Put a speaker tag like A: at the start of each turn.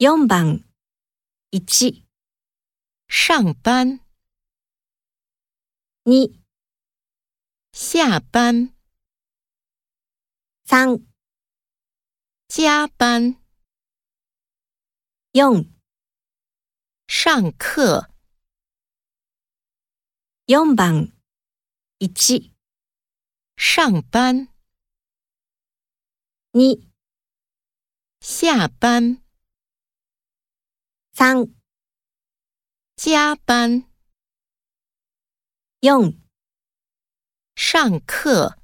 A: 4番1、
B: 上班、
A: 2、
B: 下班、
A: 3、
B: 加班、
A: 4、
B: 上课、
A: 4番1、
B: 上班、
A: 2、
B: 下班、
A: 3、
B: 加班、
A: 4
B: 上课。